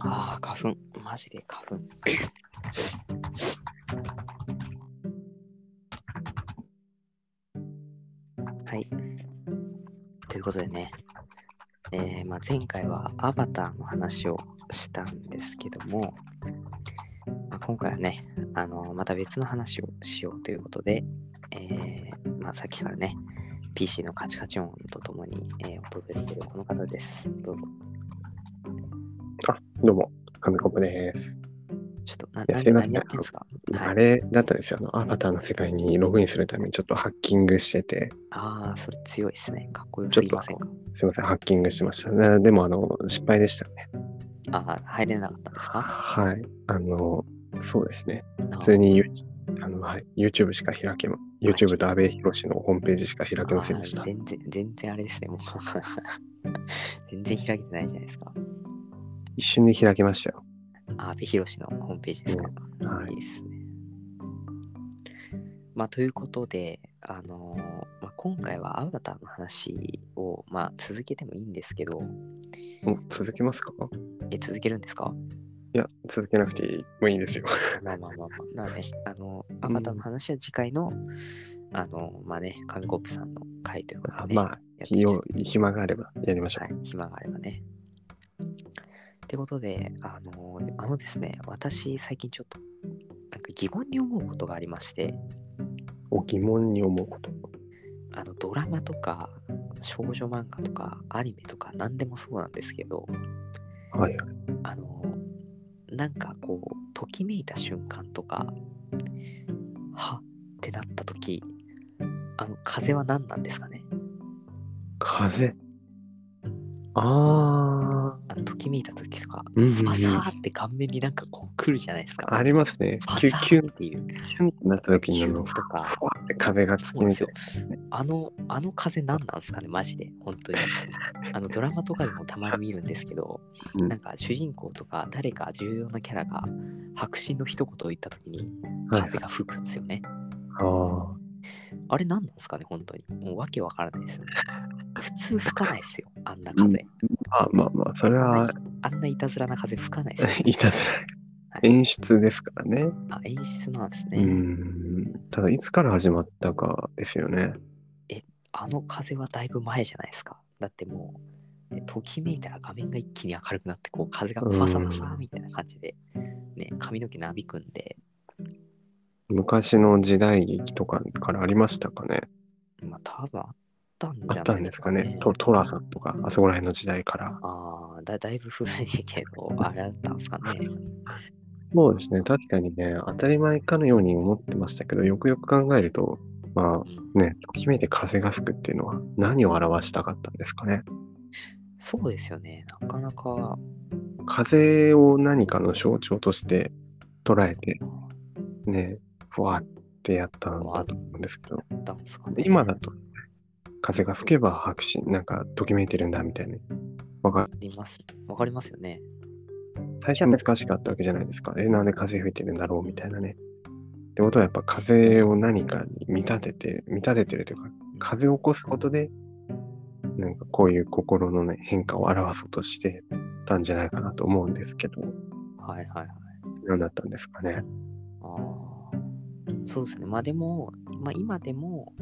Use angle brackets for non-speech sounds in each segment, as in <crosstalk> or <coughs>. ああ、花粉。マジで花粉。 <coughs> はい。ということでね、えーまあ、前回はアバターの話をしたんですけども、まあ、今回はね、あのまた別の話をしようということで、えーまあ、さっきからね、PC のカチカチ音とともに、えー訪れているこの方です。どうぞ。あ、どうも、紙コップです。ちょっとな、いやなすいませ何んやってんすかはいあれだったんですよ、あの、アバターの世界にログインするためにちょっとハッキングしてて、ああ、それ強いですね。かっこよすぎませんかすいません、ハッキングしてました。なでも、あの、失敗でしたね。ああ、入れなかったんですかはい。あの、そうですね。普普通に You- あの、はい、YouTube しか開けま、YouTube と安倍博士のホームページしか開けませんでした。全然、全然あれですね。もう <laughs> 全然開けてないじゃないですか。一瞬で開けましたよ。あ阿部寛のホームページですか。、はいい。いですね。まあ、ということで、あのーまあ、今回はアバターの話を、まあ、続けてもいいんですけど、もう続けますかえ、続けるんですかいや、続けなくていいもういいんですよ。まあまあまあまあ。なので、あの、アバターの話は次回の、あの、まあね、紙コップさんの回ということあ <laughs> で、ね。まあ、やっていきひたいよ暇があればやりましょはい、暇があればね。ってことで、あの、あのですね、私、最近ちょっと、なんか疑問に思うことがありまして、う。お疑問に思うこと。あの、ドラマとか、少女漫画とか、アニメとか、何でもそうなんですけど、はい。あの、なんかこう、ときめいた瞬間とか、はってなった時、あの、風は何なんですかね風ああの、ときめいた時とか、ー、うんうんファサうん、ーって顔面になんかこう来るじゃないですか。ありますねフ。ァキュサキューンっていう。キュンってなった時にあのキュンとかふわって風が突そきうなん抜ですけよて。。あの、あの風何なんですかね、マジで。本当に。あの、ドラマとかでもたまに見るんですけど、うんなんか主人公とか誰か重要なキャラが白真の一言を言った時にはい風が吹くんですよね。あーあれ何なんですかね、本当に。もうわけわからないですよね。普通吹かないですよ、あんな風。あまあまあ、それは。あんないたずらな風吹かないですよ <laughs> いたずら。演出ですからね。あ、演出なんですうね。ん。ただ、いつから始まったかですよね。あの風はだいぶ前じゃないですか。だってもう、ねときめいたら画面が一気に明るくなって、こう風がファサファサみたいな感じで、ね、髪の毛なびくんで、昔の時代劇とかからありましたかね。まあ多分あったんじあゃっなたいんでですすかかね。ね。トトラさんとか、あそこら辺の時代から。ああ、だだいぶ古いけど、あれだったんですかね。そうですね、確かにね、当たり前かのように思ってましたけど、よくよく考えると、まうんあね、ときめいて風が吹くっていうのは何を表したかったんですかね。そうですよね。なかなか、風を何かの象徴として捉えて、ね、ふわってやったんだと思うんですけど、あったんですかね。で今だと、風が吹けば白紙、なんかときめいてるんだみたいな。わかあります。わかりますよね。最初は難しかったわけじゃないですか。え、なんで風吹いてるんだろうみたいなね。ってことはやっぱ風を何かに見立てて、見立ててるというか、風を起こすことで、なんかこういう心のね、変化を表そうとしてたんじゃないかなと思うんですけど、はいはいはい。何だったんですかね。ああ、そうですね。まあでも、まあ、今でも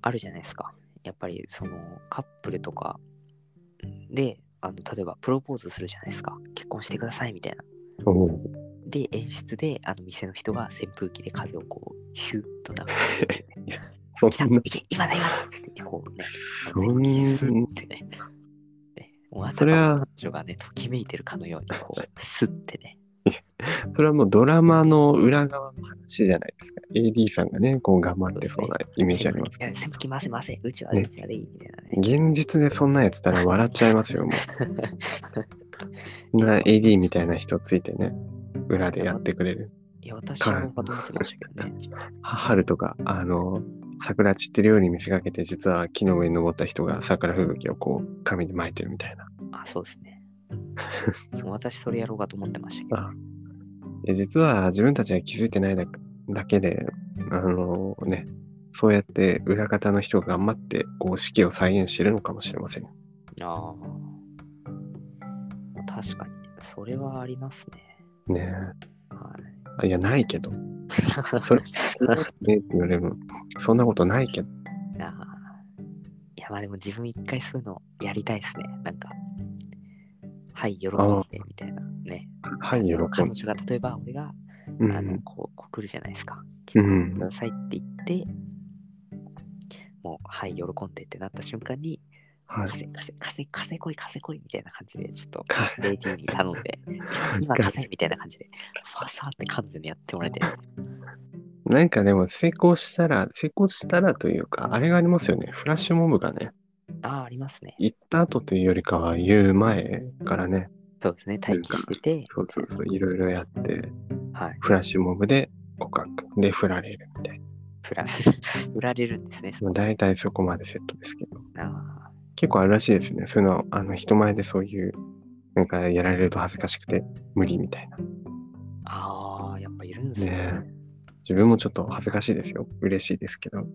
あるじゃないですか。やっぱりそのカップルとかで、あの例えばプロポーズするじゃないですか。結婚してくださいみたいな。おうで、演出であの店の人が扇風機で風をこう、ヒューッと流す。 <laughs> そ来たんな、いけ今だ今だっつってこうね、そ扇風機スんッてね。ねもうあそたれかはも彼女がね、ときめいてるかのようにこう、スッてね。それはもうドラマの裏側の話じゃないですか。AD さんがね、こう頑張ってそうなイメージありますけど扇風機いや扇風機回せ回せ、うちはうちはでいいみたいなね。現実でそんなやつたら笑っちゃいますよ、もう。そんな AD みたいな人ついてね、裏でやってくれる。いや、私はバトンってましたけど <laughs> ね。は春とか、あの、桜散ってるように見せかけて、実は木の上に登った人が桜吹雪をこう、紙に巻いてるみたいな。あ、そうですね。そう私それやろうかと思ってましたけどあ。で実は自分たちが気づいてないだだけで、あのね、そうやって裏方の人が頑張って、こう、四 <laughs> 季を再現してるのかもしれませんよ。ああ。まあ確かに、それはありますね。ねはい。えあ。いや、ないけど。それ、ねって言われるのそんなことないけど。いやーいやまあでも自分一回そういうのやりたいですね。なんか、はい、喜んあでみたいなね。はい、喜あの彼ぶ。女が例えば俺が、うあのん。こうこう来るじゃないですか。う結婚してくん。ださいって言って、もうはい、喜んでってなった瞬間に、はい。風、風、風、風来い、風来いみたいな感じで、ちょっと。かレディーに <laughs> 頼んで、今風みたいな感じで、ファサーって彼女にやってもらいたいですね。なんかでも成功したら、成功したらというか、あれがありますよね。フラッシュモブがね、 <laughs> ああ、ありますね。行った後というよりかは言う前からね、そうですね、待機してて、そうそうそう、いろいろやって、はい、フラッシュモブで告白、で振られるみたいな。振ら <laughs> 振られるんですね。まあ、大体そこまでセットですけど。あ結構あるらしいですね。そういうの、あの、人前でそういう、なんかやられると恥ずかしくて無理みたいな。ーあー、やっぱいるんですね。ね自分もちょっと恥ずかしいですよ。嬉しいですけど。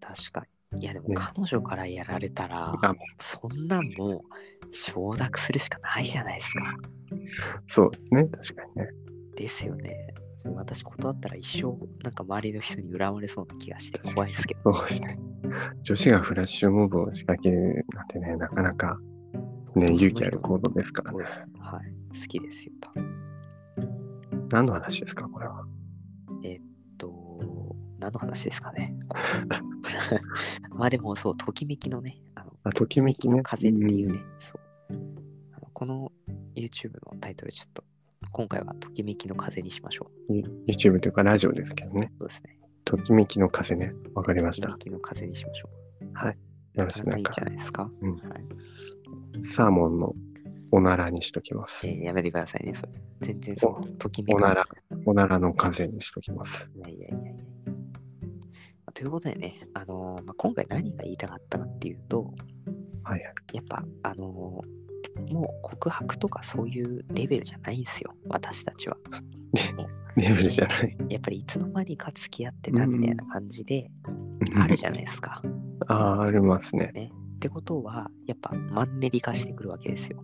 確かに。いや、でもね彼女からやられたら、あそんなんもう承諾するしかないじゃないですか。そうですね。確かにね。ですよね。それ私断ったら一生、なんか周りの人に恨まれそうな気がして怖いですけど。そうですね。女子がフラッシュモブを仕掛けるなんてね、なかなかね、勇気ある行動ですからそね。うですね。はい。好きですよ、多分何の話ですか、これは。と、何の話ですかね。これまあでもそう、 <laughs> ときめきのね、あの、あときめきね。風っていうね、んそうあの。この YouTube のタイトルちょっと、今回はときめきの風にしましょう。 YouTube というかラジオですけどね。そうですね。ときめきの風ね。わかりましとた。きめきの風にしましょう。はい。よなろかしなかくないんいかじゃないですか。うはんいサーモンのおならにしときますえ。ーやめてくださいね、それ。全然そのときめおきなら。おならの風にしときます。いやいやいやいや。まあということでね、あのーまあ、今回何が言いたかったかっていうと、はいはい。やっぱ、あのーもう告白とかそういうレベルじゃないんですよ、私たちは。もうレベルじゃない。やっぱりいつの間にか付き合ってたみたいな感じで、あるじゃないですか。あ <laughs> あ、ありますね。ってことは、やっぱマンネリ化してくるわけですよ、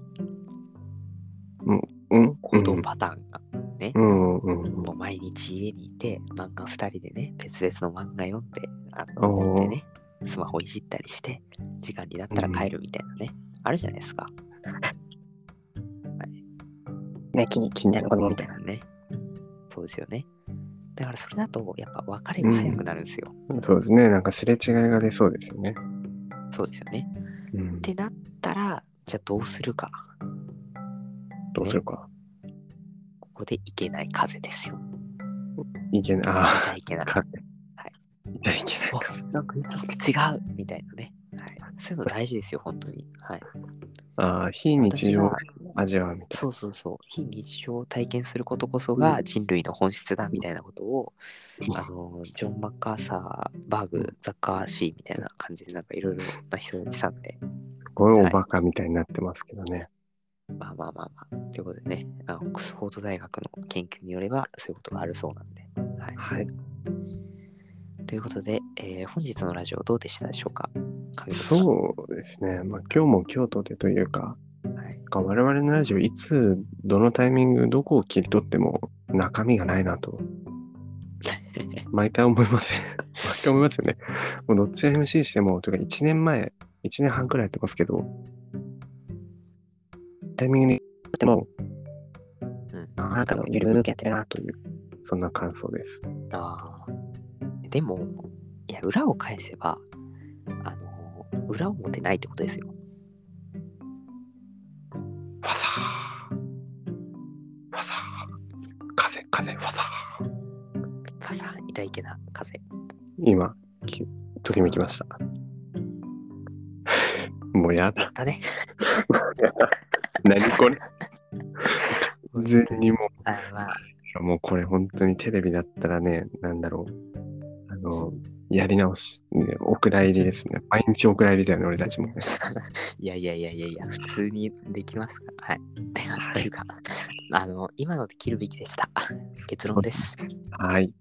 うん。行動パターンが。ねう、んうんうんもう毎日家にいて、漫画2人でね、別々の漫画読んで、あおーのでね、スマホいじったりして、時間になったら帰るみたいなね、あるじゃないですか。ね、気に気になる子供みたいな。ね。そうですよね。だからそれだと、やっぱ別れが早くなるんですよ。そうですね。なんかすれ違いが出そうですよね。そうですよね。うんっ。てなったら、じゃあどうするか。どうするか。ここでいけない風ですよ。いけない。いあけないいけなあ、い風風。。いたいけない風。なんかいつもと違うみたいなね。はい、そういうの大事ですよ、本当に。はい、ああ、非日私常はを味わうみたいそうそうそう。非日常を体験することこそが人類の本質だみたいなことを、あの、ジョン・マッカーサー、バーグ、ザッカーシーみたいな感じで、なんかいろいろな人にさんで、な。すごいおバカみたいになってますけどね。まあまあまあまあ、ということでね、あのオックスフォード大学の研究によれば、そういうことがあるそうなんで。はい、はい。ということで、えー本日のラジオどうでしたでしょうか上村さんそうですね。まあ、今日も京都でというか、はいなんか我々のラジオ、いつ、どのタイミング、どこを切り取っても中身がない <laughs> なと、毎回思います。毎回思いますよね。もうどっちが MC しても、というか1年前、1年半くらいやってますけど、タイミングに切っても、うんあなたのゆるむけやってるなという、そんな感想です。あーでも、いや、裏を返せば、あのー裏表ないってことですよ。ファサー。ファサー。風、風、ファサー。ファサー、痛いけな風。今、きときめきました。 <laughs> もうやだ。だね。何これ完全にもあれは、う、もうこれ本当にテレビだったらね、なんだろう。あの、やり直し、ね、お蔵入りですね。毎日お蔵入りだよね、俺たちもね。いやいやいやいやいや、普通にできますから。はい。てか、というか、あの、今ので切るべきでした。結論です。はい。